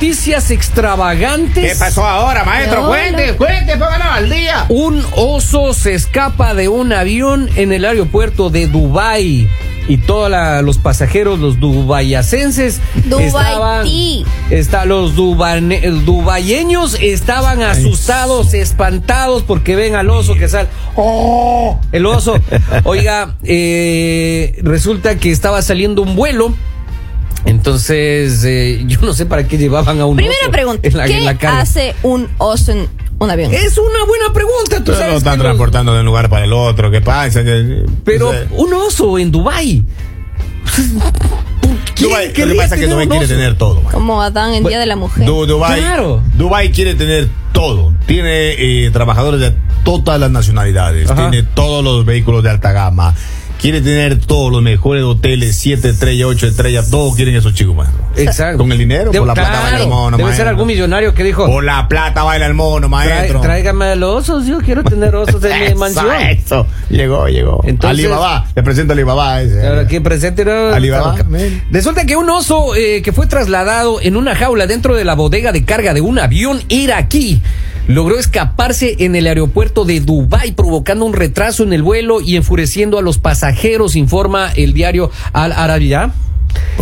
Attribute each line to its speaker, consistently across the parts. Speaker 1: Noticias extravagantes.
Speaker 2: ¿Qué pasó ahora, maestro?
Speaker 3: ¿Qué onda?
Speaker 2: Cuente, cuente, pónganos al día.
Speaker 1: Un oso se escapa de un avión en el aeropuerto de Dubái. Y todos los pasajeros, los dubayacenses,
Speaker 3: Dubaití.
Speaker 1: estaban, está, los dubane- dubayeños estaban asustados, espantados porque ven al oso que sale. ¡Oh! El oso. Oiga, eh, resulta que estaba saliendo un vuelo. Entonces, eh, yo no sé para qué llevaban a un
Speaker 3: Primera
Speaker 1: oso
Speaker 3: pregunta,
Speaker 1: en la- en
Speaker 3: ¿qué
Speaker 1: la Eh. carga.
Speaker 3: hace un oso en un avión?
Speaker 1: Es una buena pregunta, tú
Speaker 2: Lo
Speaker 1: sabes.
Speaker 2: están
Speaker 1: que los-
Speaker 2: transportando de un lugar para el otro, ¿qué pasa? ¿Qué-
Speaker 1: Pero
Speaker 2: o sea,
Speaker 1: un oso en Dubai. ¿Quién
Speaker 2: Dubái, lo que
Speaker 1: querría
Speaker 2: pasa es que
Speaker 1: tener
Speaker 2: Dubai
Speaker 1: un
Speaker 2: quiere
Speaker 1: oso?
Speaker 2: tener todo. man.
Speaker 3: Como Adán en Día de la Mujer.
Speaker 2: Du- Dubai,
Speaker 1: Claro.
Speaker 2: Dubai quiere tener todo. Tiene eh, trabajadores de todas las nacionalidades.
Speaker 1: Ajá.
Speaker 2: Tiene todos los vehículos de alta gama. Quiere tener todos los mejores hoteles, siete estrellas, ocho estrellas. Todos quieren esos chicos, maestro.
Speaker 1: Exacto.
Speaker 2: Con el dinero,
Speaker 1: Debe-
Speaker 2: por la plata
Speaker 1: claro,
Speaker 2: baila el mono,
Speaker 1: Debe ser
Speaker 2: maestro.
Speaker 1: algún millonario que dijo:
Speaker 2: Por la plata baila el mono,
Speaker 1: "Trae-
Speaker 2: maestro.
Speaker 1: Tráigame a los osos, yo quiero tener osos en mi
Speaker 2: Eso,
Speaker 1: mansión.
Speaker 2: eso. Llegó, llegó.
Speaker 1: Entonces-
Speaker 2: Alibaba, le presento a Alibaba. ese.
Speaker 1: Ahora que presente no,
Speaker 2: Alibaba,
Speaker 1: está loca.
Speaker 2: amén.
Speaker 1: Resulta que un oso eh, que fue trasladado en una jaula dentro de la bodega de carga de un avión iraquí logró escaparse en el aeropuerto de Dubái provocando un retraso en el vuelo y enfureciendo a los pasajeros, informa el diario Al Arabiya.
Speaker 3: ¿Al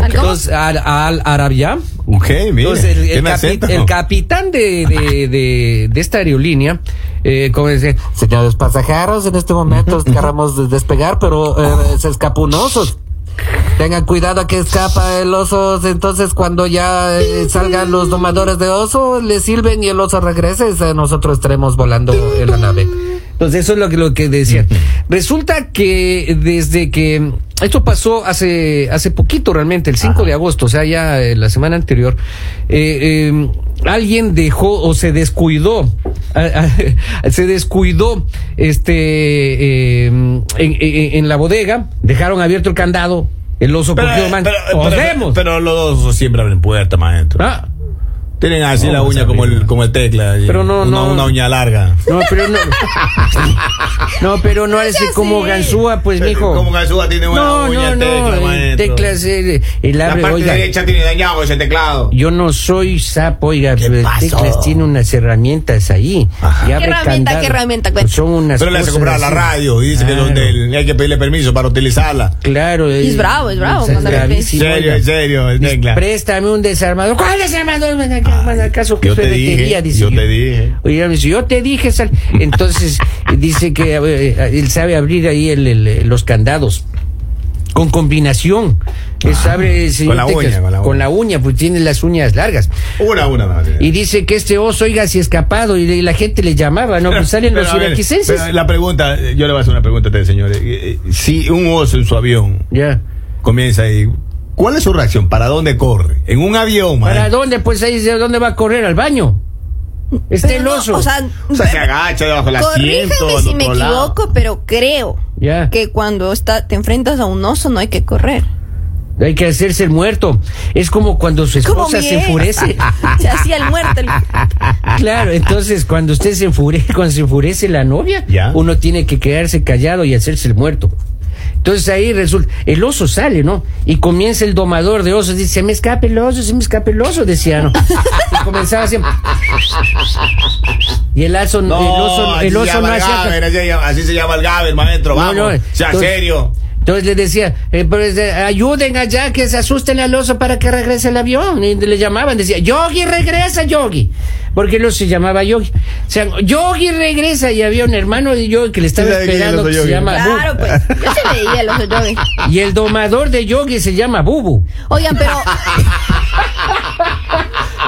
Speaker 3: cómo?
Speaker 1: Entonces, Al, Al Arabiya.
Speaker 2: Ok, mire.
Speaker 1: Entonces, el, el
Speaker 2: tiene
Speaker 1: capi-
Speaker 2: acento.
Speaker 1: el capitán de, de- de- de esta aerolínea, eh, como dice, señores pasajeros, en este momento queremos de- despegar, pero eh, se escapó un oso. Tengan cuidado que escapa el oso, entonces cuando ya eh, salgan los domadores de oso, le sirven y el oso regrese, eh, nosotros estaremos volando en la nave. Entonces eso es lo que, lo que decían. Resulta que desde que esto pasó hace, hace poquito realmente, el 5 de agosto, o sea, ya eh, la semana anterior, eh, eh, alguien dejó o se descuidó, ah, ah, se descuidó este, eh, en, en- en la bodega, dejaron abierto el candado, el oso
Speaker 2: Pero, eh,
Speaker 1: cogió, man,
Speaker 2: pero- pero-
Speaker 1: ¡podemos!
Speaker 2: pero los dos siempre abren puertas, maestro.
Speaker 1: Ah,
Speaker 2: Tienen así
Speaker 1: No,
Speaker 2: la
Speaker 1: no
Speaker 2: uña
Speaker 1: sabía.
Speaker 2: como el, como el tecla. y
Speaker 1: Pero no,
Speaker 2: una,
Speaker 1: no.
Speaker 2: Una uña larga.
Speaker 1: no, pero no. No, pero no es como
Speaker 3: sí.
Speaker 1: ganzúa, pues, mijo.
Speaker 2: Como Gazúa tiene una
Speaker 1: No,
Speaker 2: uña
Speaker 1: no,
Speaker 2: tecla,
Speaker 1: no, el
Speaker 2: maestro.
Speaker 1: tecla es el, el
Speaker 2: La
Speaker 1: abre,
Speaker 2: parte
Speaker 1: oiga,
Speaker 2: derecha tiene dañado ese teclado.
Speaker 1: Yo no soy sapo, oiga,
Speaker 2: ¿Qué
Speaker 1: pero el
Speaker 2: pasó?
Speaker 1: teclas tiene unas herramientas ahí.
Speaker 2: Ajá.
Speaker 1: y
Speaker 3: ¿Qué
Speaker 1: abre
Speaker 3: herramienta,
Speaker 1: candado.
Speaker 3: qué herramienta? Cuenta.
Speaker 1: Pues Son unas
Speaker 2: Pero le hace
Speaker 1: cosas
Speaker 2: comprar a la
Speaker 1: así.
Speaker 2: radio y dice
Speaker 1: Claro.
Speaker 2: que donde hay que pedirle permiso para utilizarla.
Speaker 1: Claro.
Speaker 3: Es
Speaker 1: eh,
Speaker 3: bravo, es bravo,
Speaker 1: o sea,
Speaker 3: cuando le
Speaker 1: gravísimo,
Speaker 2: En serio,
Speaker 1: oiga.
Speaker 2: en serio, el tecla.
Speaker 1: Préstame un desarmador. ¿Cuál desarmador? Man, acá- man,
Speaker 2: Ay,
Speaker 1: ¿Acaso que
Speaker 2: Yo
Speaker 1: usted
Speaker 2: te
Speaker 1: le
Speaker 2: dije,
Speaker 1: quería? Dice,
Speaker 2: yo te dije.
Speaker 1: Oiga, me dice, yo te dije, sal. Entonces, dice que eh, él sabe abrir ahí el- el- los candados. Con combinación. Eso abre, señor
Speaker 2: la uña,
Speaker 1: Teclas,
Speaker 2: Ah, con la uña.
Speaker 1: con la uña, pues tiene las uñas largas.
Speaker 2: Una, una, no.
Speaker 1: Y dice que este oso, oiga, si escapado, y le- la gente le llamaba, ¿no? Pues salen
Speaker 2: Pero,
Speaker 1: los
Speaker 2: a ver,
Speaker 1: iraquicenses.
Speaker 2: pero La pregunta, eh, yo le voy a hacer una pregunta a ustedes, señores. Eh, eh, Si un oso en su avión
Speaker 1: Ya.
Speaker 2: comienza ahí, ¿cuál es su reacción? ¿Para dónde corre? ¿En un avión, man?
Speaker 1: ¿Para dónde? Pues ahí, dice, ¿dónde va a correr? ¿Al baño? Está
Speaker 3: Pero
Speaker 1: el
Speaker 3: no,
Speaker 1: oso.
Speaker 3: o sea,
Speaker 2: O sea, se agacha debajo del asiento.
Speaker 3: corríjame
Speaker 2: al
Speaker 3: si me
Speaker 2: otro lado.
Speaker 3: equivoco, pero creo
Speaker 1: Ya.
Speaker 3: que cuando está, te enfrentas a un oso no hay que correr.
Speaker 1: Hay que hacerse el muerto. Es como cuando su
Speaker 3: Como
Speaker 1: esposa
Speaker 3: mi
Speaker 1: se
Speaker 3: ex.
Speaker 1: enfurece.
Speaker 3: Se hacía el muerto. el-
Speaker 1: Claro, entonces cuando usted se enfurece, cuando se enfurece la novia,
Speaker 2: Ya.
Speaker 1: uno tiene que quedarse callado y hacerse el muerto. Entonces ahí resulta, el oso sale, ¿no? Y comienza el domador de osos, dice, se me escape el oso, se me escape el oso, decía, ¿no? Y comenzaba siempre. Y el, oso, el oso,
Speaker 2: así
Speaker 1: el
Speaker 2: se
Speaker 1: oso no
Speaker 2: llama el
Speaker 1: hacía...
Speaker 2: Gaber, así, se llama- así se llama el Gaber, maestro.
Speaker 1: No,
Speaker 2: Vamos,
Speaker 1: no,
Speaker 2: sea
Speaker 1: entonces-
Speaker 2: serio.
Speaker 1: Entonces le decía, eh, pero, eh, ayuden allá, que se asusten al oso para que regrese el avión. Y le llamaban, decía, Yogi, regresa, Yogi. Porque el oso se llamaba Yogi. O sea, Yogi regresa y había un hermano de Yogi que le estaba
Speaker 2: Sí, sabe quién es el
Speaker 1: esperando
Speaker 2: oso
Speaker 1: que se
Speaker 2: Yogi.
Speaker 1: llama Bu.
Speaker 3: Claro, pues. Yo se veía el oso Yogi.
Speaker 1: Y el domador de Yogi se llama Bubu.
Speaker 3: Oigan, pero.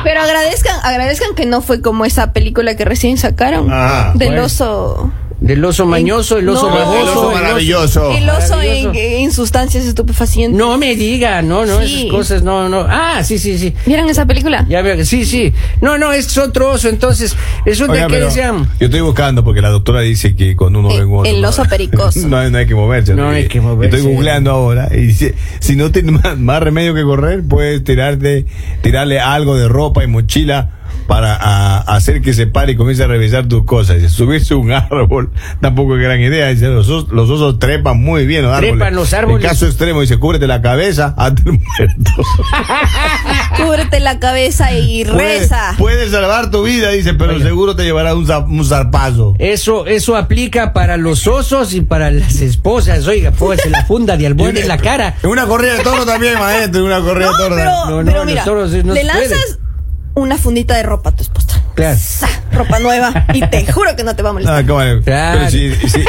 Speaker 3: Pero agradezcan, agradezcan que no fue como esa película que recién sacaron
Speaker 2: Ajá.
Speaker 3: del
Speaker 1: Bueno.
Speaker 3: oso.
Speaker 1: Del oso mañoso, el oso
Speaker 3: No.
Speaker 1: baboso.
Speaker 2: el
Speaker 3: oso,
Speaker 2: oso
Speaker 3: el
Speaker 2: maravilloso.
Speaker 3: El oso
Speaker 1: Maravilloso.
Speaker 3: en, en sustancias e estupefacientes.
Speaker 1: No me diga, no, no,
Speaker 3: Sí.
Speaker 1: esas cosas, no, no. Ah, sí, sí, sí.
Speaker 3: ¿Vieron esa película?
Speaker 1: Ya veo, que- sí, sí. No, no, es otro oso, entonces, resulta
Speaker 2: Oiga,
Speaker 1: que
Speaker 2: pero
Speaker 1: decían...
Speaker 2: yo estoy buscando porque la doctora dice que cuando uno
Speaker 3: El-
Speaker 2: ve un oso,
Speaker 3: el
Speaker 2: no-
Speaker 3: oso pericoso.
Speaker 2: No, hay- no hay que moverse.
Speaker 1: No hay que moverse.
Speaker 2: Estoy googleando ahora y dice, si no tienes más, más remedio que correr, puedes tirarte, tirarle algo de ropa y mochila para a- hacer que se pare y comience a revisar tus cosas. Dice, Subirse a un árbol tampoco es gran idea. Dice, los, os- los osos trepan muy bien los árboles.
Speaker 1: Trepan los árboles.
Speaker 2: En caso extremo, dice, cúbrete la cabeza hasta el muerto.
Speaker 3: Cúbrete la cabeza y
Speaker 2: Puede-
Speaker 3: reza.
Speaker 2: Puede salvar tu vida, dice, pero seguro te llevará un, zar- un zarpazo.
Speaker 1: Eso, eso aplica para los osos y para las esposas. Oiga, póngase la funda de albón en la cara.
Speaker 2: En una corrida de toro también, maestro. En una corrida de
Speaker 3: No,
Speaker 2: toro.
Speaker 3: pero,
Speaker 1: No, no,
Speaker 3: pero
Speaker 1: los
Speaker 3: mira,
Speaker 1: toros no
Speaker 3: le
Speaker 1: se puede.
Speaker 3: lanzas una fundita de ropa a tu esposa.
Speaker 1: Claro.
Speaker 3: Sa, Ropa nueva. Y te juro que no te va a molestar.
Speaker 2: Ah, qué bueno.
Speaker 1: Claro.
Speaker 2: Pero, si, si-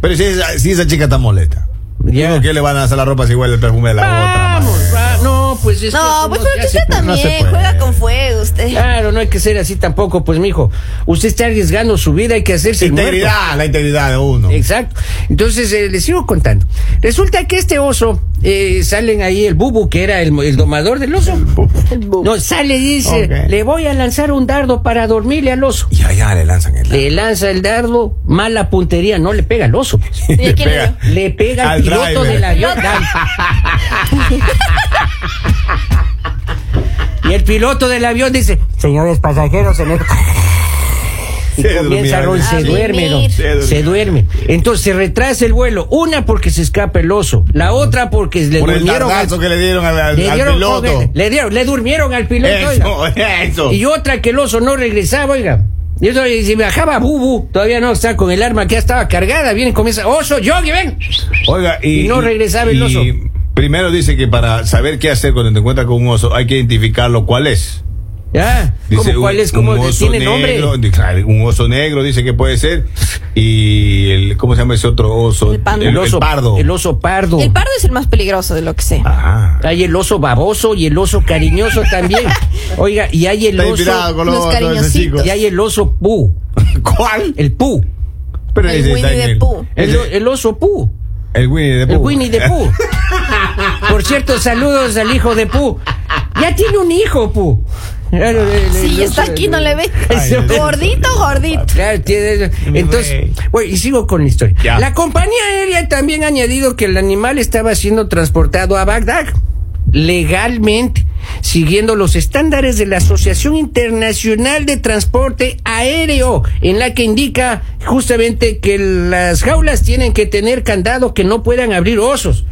Speaker 2: pero si esa, si esa chica está molesta.
Speaker 1: Ya.
Speaker 2: Digo, ¿Qué le van a hacer la ropa si huele el perfume de la
Speaker 1: Vamos,
Speaker 2: otra?
Speaker 1: va- no, pues es que
Speaker 3: No,
Speaker 1: eso
Speaker 3: pues
Speaker 1: se Ah,
Speaker 3: pero
Speaker 1: hace,
Speaker 3: usted
Speaker 1: pues.
Speaker 2: no se
Speaker 3: también
Speaker 2: puede.
Speaker 3: juega con fuego usted.
Speaker 1: Claro, no hay que ser así tampoco, pues mijo. Usted está arriesgando su vida, hay que hacerse el muerto.
Speaker 2: Integridad, la integridad de uno.
Speaker 1: Exacto. Entonces, eh, les sigo contando. Resulta que este oso, eh, salen ahí el bubu, que era el, mo- el domador del oso.
Speaker 3: El bobo.
Speaker 1: No, sale y dice,
Speaker 2: Ok.
Speaker 1: le voy a lanzar un dardo para dormirle al oso.
Speaker 2: Y allá le lanzan el.
Speaker 1: Le lanza el dardo, mala puntería, no le pega al oso. pues.
Speaker 3: ¿Y a
Speaker 2: le
Speaker 3: quién le
Speaker 2: pega.
Speaker 1: Le pega al
Speaker 2: Al
Speaker 1: piloto
Speaker 2: driver.
Speaker 1: del avión. y el piloto del avión dice, señores pasajeros, en el... Y
Speaker 2: Se
Speaker 1: comienza
Speaker 2: durmieron.
Speaker 1: Ron,
Speaker 3: A
Speaker 1: se duerme, ¿no?
Speaker 3: mimir.
Speaker 2: Se durmieron.
Speaker 1: se duerme. Entonces se retrasa el vuelo, una porque se escapa el oso, la otra porque le
Speaker 2: Por el
Speaker 1: durmieron al,
Speaker 2: tardazo que le dieron al, al-
Speaker 1: le
Speaker 2: al
Speaker 1: dieron-
Speaker 2: piloto.
Speaker 1: le dieron- le durmieron al piloto. oiga.
Speaker 2: Eso, eso.
Speaker 1: Y otra que el oso no regresaba, oiga. Y eso, y si bajaba Bubu, todavía no está con el arma que ya estaba cargada, viene y comienza, oso, Yogi, ven.
Speaker 2: Oiga, y,
Speaker 1: Y no regresaba el
Speaker 2: y
Speaker 1: oso.
Speaker 2: Primero dice que para saber qué hacer cuando te encuentras con un oso hay que identificarlo cuál es.
Speaker 1: Ya,
Speaker 2: Dice
Speaker 1: ¿cómo cuál es? ¿Cómo tiene nombre?
Speaker 2: negro, di- claro, un oso negro dice que puede ser y el ¿cómo se llama ese otro oso?
Speaker 3: El panda.
Speaker 2: el, el pardo.
Speaker 1: El oso pardo.
Speaker 3: El pardo es el más peligroso de lo que
Speaker 1: Ah,
Speaker 3: sé.
Speaker 2: Ajá.
Speaker 1: Hay el oso baboso y el oso cariñoso también. Oiga, y hay el
Speaker 2: Está inspirado
Speaker 1: oso
Speaker 2: con
Speaker 3: los
Speaker 2: los osos, ese chico.
Speaker 3: cariñositos.
Speaker 1: y hay el oso pu,
Speaker 2: ¿Cuál?
Speaker 1: el pu.
Speaker 2: Pero
Speaker 3: El
Speaker 2: ese está
Speaker 3: Winnie
Speaker 2: en
Speaker 3: the
Speaker 2: el-
Speaker 3: Pooh.
Speaker 1: El,
Speaker 2: ese-
Speaker 1: o- el oso pu,
Speaker 2: el Winnie the
Speaker 1: el
Speaker 2: Pooh.
Speaker 1: Winnie de Pooh. Por cierto, saludos al hijo de Pooh. Ya tiene un hijo, Pooh.
Speaker 3: Si está aquí, no le ve.
Speaker 2: Ay, Dios.
Speaker 3: Gordito, gordito.
Speaker 1: Claro, tiene-
Speaker 2: Mi
Speaker 1: entonces,
Speaker 2: rey.
Speaker 1: bueno, y sigo con la historia.
Speaker 2: Ya.
Speaker 1: La compañía aérea también ha añadido que el animal estaba siendo transportado a Bagdad legalmente, siguiendo los estándares de la Asociación Internacional de Transporte Aéreo, en la que indica justamente que las jaulas tienen que tener candado que no puedan abrir osos.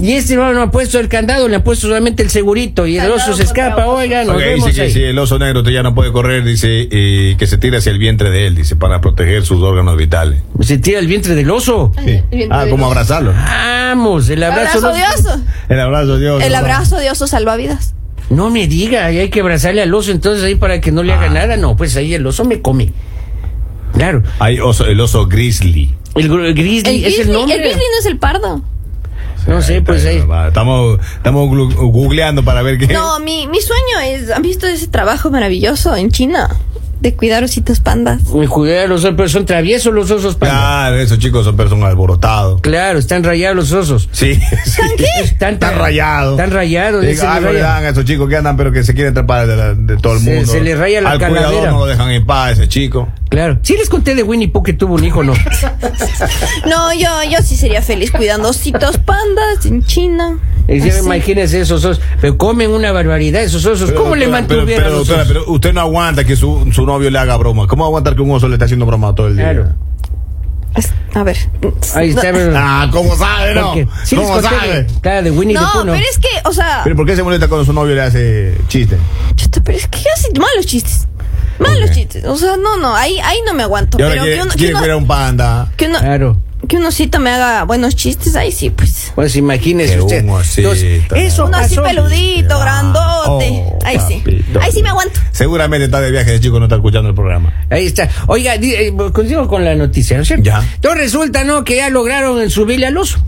Speaker 1: Y este no, no ha puesto el candado, le ha puesto solamente el segurito y el
Speaker 3: Candado
Speaker 1: oso se
Speaker 3: contra
Speaker 1: escapa.
Speaker 3: oso.
Speaker 1: Oigan, nos
Speaker 2: Ok,
Speaker 1: vemos
Speaker 2: dice que
Speaker 1: ahí.
Speaker 2: si el oso negro ya no puede correr, dice eh, que se tira hacia el vientre de él, dice, para proteger sus órganos vitales.
Speaker 1: Se tira el vientre del oso.
Speaker 3: Ay, bien,
Speaker 2: Ah,
Speaker 3: bien.
Speaker 2: como abrazarlo.
Speaker 1: Vamos, el abrazo.
Speaker 3: Abrazo
Speaker 1: no-
Speaker 3: de oso.
Speaker 2: El abrazo, Dios.
Speaker 3: El abrazo de oso salvavidas.
Speaker 1: No me diga, y hay que abrazarle al oso entonces ahí para que no le haga
Speaker 2: Ah.
Speaker 1: nada. No, pues ahí el oso me come. Claro.
Speaker 2: Hay oso, el oso grizzly.
Speaker 1: El, gr- el grizzly
Speaker 3: El
Speaker 1: es el
Speaker 3: grizzly-
Speaker 1: nombre.
Speaker 3: el grizzly no es el pardo.
Speaker 1: No sé,
Speaker 2: Ahí
Speaker 1: pues
Speaker 2: está,
Speaker 1: ahí.
Speaker 2: va, Estamos, estamos glu- googleando para ver qué.
Speaker 3: No, mi, mi sueño es. ¿Han visto ese trabajo maravilloso en China? De cuidar ositos pandas.
Speaker 1: Me jugué a los osos, pero son traviesos los osos. panda.
Speaker 2: Claro, esos chicos son personas alborotados.
Speaker 1: Claro, están rayados los osos.
Speaker 2: Sí, sí.
Speaker 1: Están
Speaker 2: Están
Speaker 1: tra-
Speaker 2: rayados.
Speaker 1: están rayados,
Speaker 2: Digo,
Speaker 1: dicen,
Speaker 2: algo
Speaker 1: rayan.
Speaker 2: le dan a esos chicos que andan, pero que se quieren trepar de, la- de todo el
Speaker 1: Se-
Speaker 2: mundo.
Speaker 1: se le raya la
Speaker 2: Al cuidador
Speaker 1: calavera.
Speaker 2: no lo dejan en paz, ese chico.
Speaker 1: Claro. Sí les conté de Winnie Pooh que tuvo un hijo, ¿no?
Speaker 3: No, yo, yo sí sería feliz cuidando ositos pandas en China.
Speaker 1: Y ya
Speaker 3: Así.
Speaker 1: Imagínense esos osos. Pero comen una barbaridad esos osos. Pues, ¿Cómo le
Speaker 2: doctora, pero,
Speaker 1: mantuvieron
Speaker 2: pero,
Speaker 1: los
Speaker 2: doctora,
Speaker 1: osos?
Speaker 2: pero usted no aguanta que su, su novio le haga broma. ¿Cómo aguantar que un oso le esté haciendo broma todo el día?
Speaker 1: Claro.
Speaker 3: Es- A ver.
Speaker 1: Ahí está. pero-
Speaker 2: eh, Ah, ¿cómo sabe, no?
Speaker 1: porque sí les
Speaker 2: ¿Cómo
Speaker 1: conté de,
Speaker 2: sabe?
Speaker 1: claro, de Winnie the
Speaker 3: No,
Speaker 1: Pooh, ¿no?
Speaker 3: pero es que, o sea,
Speaker 2: ¿Pero por qué se molesta cuando su novio le hace chiste?
Speaker 3: chuta, pero es que hace malos chistes. Malos
Speaker 2: Ok.
Speaker 3: chistes. O sea, no, no, ahí, ahí no me aguanto.
Speaker 2: Y ahora
Speaker 3: Pero
Speaker 2: quiere,
Speaker 3: que uno, que
Speaker 2: quiere
Speaker 3: uno-
Speaker 2: cuidar a un panda.
Speaker 3: que uno-
Speaker 1: Claro.
Speaker 3: que un osito me haga buenos chistes, ahí sí, pues.
Speaker 1: Pues imagínese
Speaker 2: Qué
Speaker 1: usted.
Speaker 2: humo así,
Speaker 1: Entonces,
Speaker 2: tan-
Speaker 1: eso
Speaker 3: Uno así
Speaker 1: pasó.
Speaker 3: peludito,
Speaker 2: Ah,
Speaker 3: grandote.
Speaker 2: oh,
Speaker 3: ahí sí.
Speaker 2: papito.
Speaker 3: Ahí sí me aguanto.
Speaker 2: Seguramente está de viaje, ese chico no está escuchando el programa.
Speaker 1: Ahí está. Oiga, di- eh, continúo con la noticia, ¿no es cierto?
Speaker 2: Ya.
Speaker 1: Entonces resulta, ¿no? Que ya lograron subirle al oso.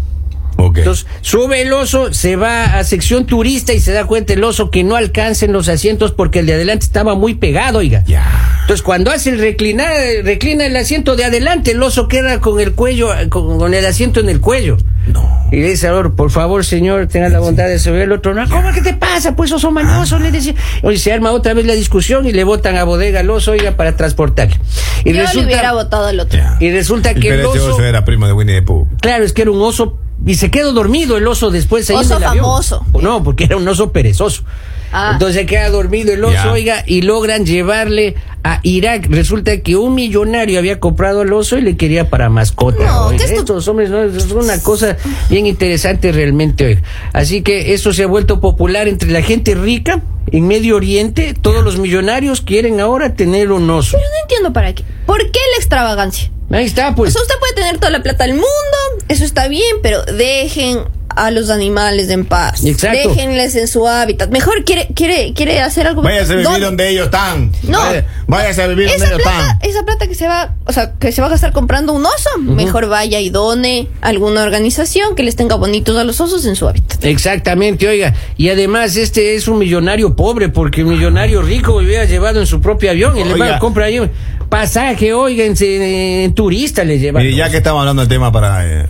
Speaker 2: Ok.
Speaker 1: Entonces sube el oso, se va a sección turista y se da cuenta el oso que no alcancen los asientos porque el de adelante estaba muy pegado, oiga.
Speaker 2: ya.
Speaker 1: Entonces cuando hace el reclinar, eh, reclina el asiento de adelante, el oso queda con el cuello, eh, con, con el asiento en el cuello.
Speaker 2: No.
Speaker 1: Y le dice, ahora, por favor, señor, tenga la bondad de subir el otro. No, ¿cómo que te pasa? Pues oso manoso, le dice. Hoy se arma otra vez la discusión y le botan a bodega al oso, oiga, para transportarle. Y
Speaker 3: Yo le hubiera
Speaker 1: resulta,
Speaker 3: votado al otro.
Speaker 2: Ya.
Speaker 1: y resulta que el
Speaker 2: Pero ese
Speaker 1: oso,
Speaker 2: oso era primo de Winnie the Pooh.
Speaker 1: claro, es que era un oso, y se quedó dormido el oso después ahí en
Speaker 3: Oso
Speaker 1: el avión.
Speaker 3: famoso.
Speaker 1: No, porque era un oso perezoso.
Speaker 3: Ah.
Speaker 1: Entonces se queda dormido el oso,
Speaker 2: Ya.
Speaker 1: oiga, y logran llevarle a Irak. Resulta que un millonario había comprado al oso y le quería para mascota.
Speaker 3: No,
Speaker 1: oiga.
Speaker 3: qué estu-
Speaker 1: Estos hombres, ¿no? es una cosa bien interesante realmente. oiga. Así que eso se ha vuelto popular entre la gente rica en Medio Oriente. Todos los millonarios quieren ahora tener un oso.
Speaker 3: Yo no entiendo para qué. ¿Por qué la extravagancia?
Speaker 1: Ahí está, pues.
Speaker 3: O sea, usted puede tener toda la plata del mundo, eso está bien, pero dejen a los animales en paz.
Speaker 1: Exacto.
Speaker 3: Déjenles en su hábitat. Mejor quiere, quiere, quiere hacer algo.
Speaker 2: Váyase a vivir
Speaker 3: ¿Dónde?
Speaker 2: donde ellos están.
Speaker 3: No.
Speaker 2: Vaya- Váyase a vivir donde
Speaker 3: Esa
Speaker 2: ellos
Speaker 3: plata,
Speaker 2: están.
Speaker 3: esa plata que se va, o sea, que se va a gastar comprando un oso, mejor vaya y done a alguna organización que les tenga bonitos a los osos en su hábitat.
Speaker 1: Exactamente, oiga. Y además, este es un millonario pobre, porque un millonario rico hubiera llevado en su propio avión y le van
Speaker 2: Oiga.
Speaker 1: a comprar ahí un pasaje, oiga, en, se- en turista le llevan.
Speaker 2: Mire, ya que estamos hablando del tema para eh,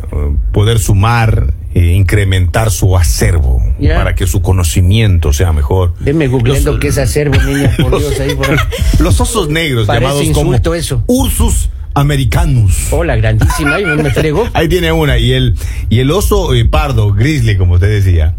Speaker 2: poder sumar, eh, incrementar su acervo,
Speaker 1: Ya.
Speaker 2: para que su conocimiento sea mejor.
Speaker 1: Deme googleando
Speaker 2: Los-
Speaker 1: qué es acervo, niña, por Dios, ahí por ahí.
Speaker 2: Los osos negros,
Speaker 1: Parece
Speaker 2: llamados
Speaker 1: insulto
Speaker 2: como
Speaker 1: eso.
Speaker 2: Ursus americanus.
Speaker 1: Hola, grandísima, ahí me fregó.
Speaker 2: Ahí tiene una. Y el, y el oso eh, pardo, grizzly, como usted decía.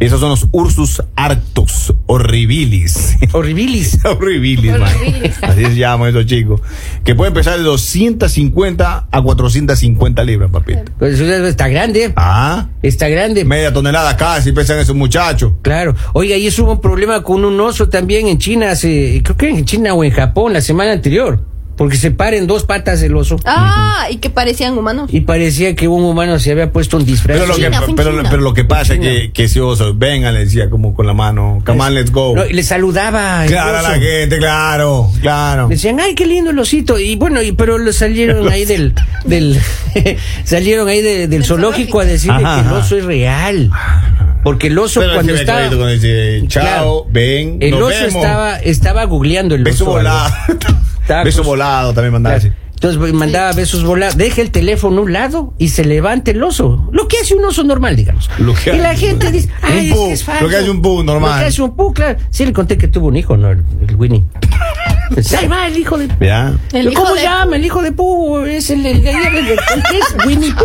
Speaker 2: Esos son los Ursus arctos, horribilis.
Speaker 1: Horribilis.
Speaker 2: horribilis, man.
Speaker 3: Horribilis.
Speaker 2: Así se llaman esos chicos. Que pueden pesar de 250 a 450 libras, papito.
Speaker 1: Pues, está grande,
Speaker 2: Ah,
Speaker 1: está grande.
Speaker 2: media tonelada casi pesan esos muchachos.
Speaker 1: Claro, oiga, y eso hubo un problema con un oso también en China, hace, creo que en China o en Japón la semana anterior, porque se para en dos patas el oso.
Speaker 3: Ah, y que parecían humanos.
Speaker 1: Y parecía que un humano se había puesto un disfraz.
Speaker 2: Pero lo,
Speaker 3: China,
Speaker 2: que,
Speaker 3: fue en
Speaker 2: pero,
Speaker 3: China.
Speaker 2: pero lo que pasa es
Speaker 1: China.
Speaker 2: que, que ese oso, vengan, le decía como con la mano, come on, let's go.
Speaker 1: No, y le saludaba. el
Speaker 2: Claro, a
Speaker 1: oso.
Speaker 2: la gente, claro, claro.
Speaker 1: Decían, ay, qué lindo el osito. Y bueno, y, pero lo salieron ahí del. del salieron ahí de- del zoológico a decirle
Speaker 2: Ajá,
Speaker 1: que el
Speaker 2: ajá.
Speaker 1: oso es real. Porque el oso
Speaker 2: Pero ese
Speaker 1: cuando
Speaker 2: me
Speaker 1: estaba.
Speaker 2: clarito cuando dice, chao,
Speaker 1: Claro,
Speaker 2: ven,
Speaker 1: El
Speaker 2: nos
Speaker 1: oso
Speaker 2: vemos.
Speaker 1: estaba, estaba googleando el
Speaker 2: Beso
Speaker 1: oso.
Speaker 2: volado.
Speaker 1: Tacos.
Speaker 2: Beso volado también mandaba
Speaker 1: Claro.
Speaker 2: así.
Speaker 1: Entonces pues, mandaba besos volados, deja el teléfono a un lado y se levanta el oso. Lo que hace un oso normal, digamos.
Speaker 2: Lo que
Speaker 1: y la
Speaker 2: hace-
Speaker 1: gente dice,
Speaker 2: Un
Speaker 1: ay, es
Speaker 2: pu,
Speaker 1: que es
Speaker 2: lo
Speaker 1: falso.
Speaker 2: que hace un pu normal.
Speaker 1: Lo que hace un pu, claro. Sí, le conté que tuvo un hijo, ¿no? El, el Winnie. Ahí va el hijo de...
Speaker 2: ¿Ya?
Speaker 3: El hijo
Speaker 1: ¿Cómo
Speaker 3: de-
Speaker 1: llama? El hijo de Pu es el, el, el- el- el- es Winnie Pu.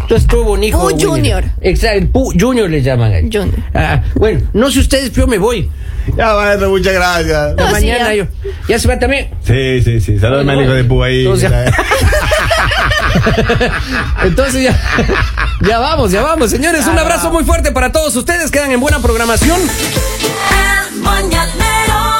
Speaker 1: Entonces tuvo un hijo.
Speaker 3: Pooh
Speaker 1: Winnie.
Speaker 3: Junior.
Speaker 1: Exacto, el Pu Junior le llaman. a él.
Speaker 3: Junior.
Speaker 1: Ah, bueno, no sé ustedes, yo me voy.
Speaker 2: Ya, maestro, muchas gracias.
Speaker 3: No, sí,
Speaker 1: mañana
Speaker 3: ya.
Speaker 1: yo. Ya se va también.
Speaker 2: Sí, sí, sí. Saludos
Speaker 1: No,
Speaker 2: al hijo de Pú ahí.
Speaker 1: o sea- Entonces ya, ya vamos, ya vamos, señores. Un abrazo muy fuerte para todos ustedes. Quedan en buena programación.
Speaker 4: El mañanero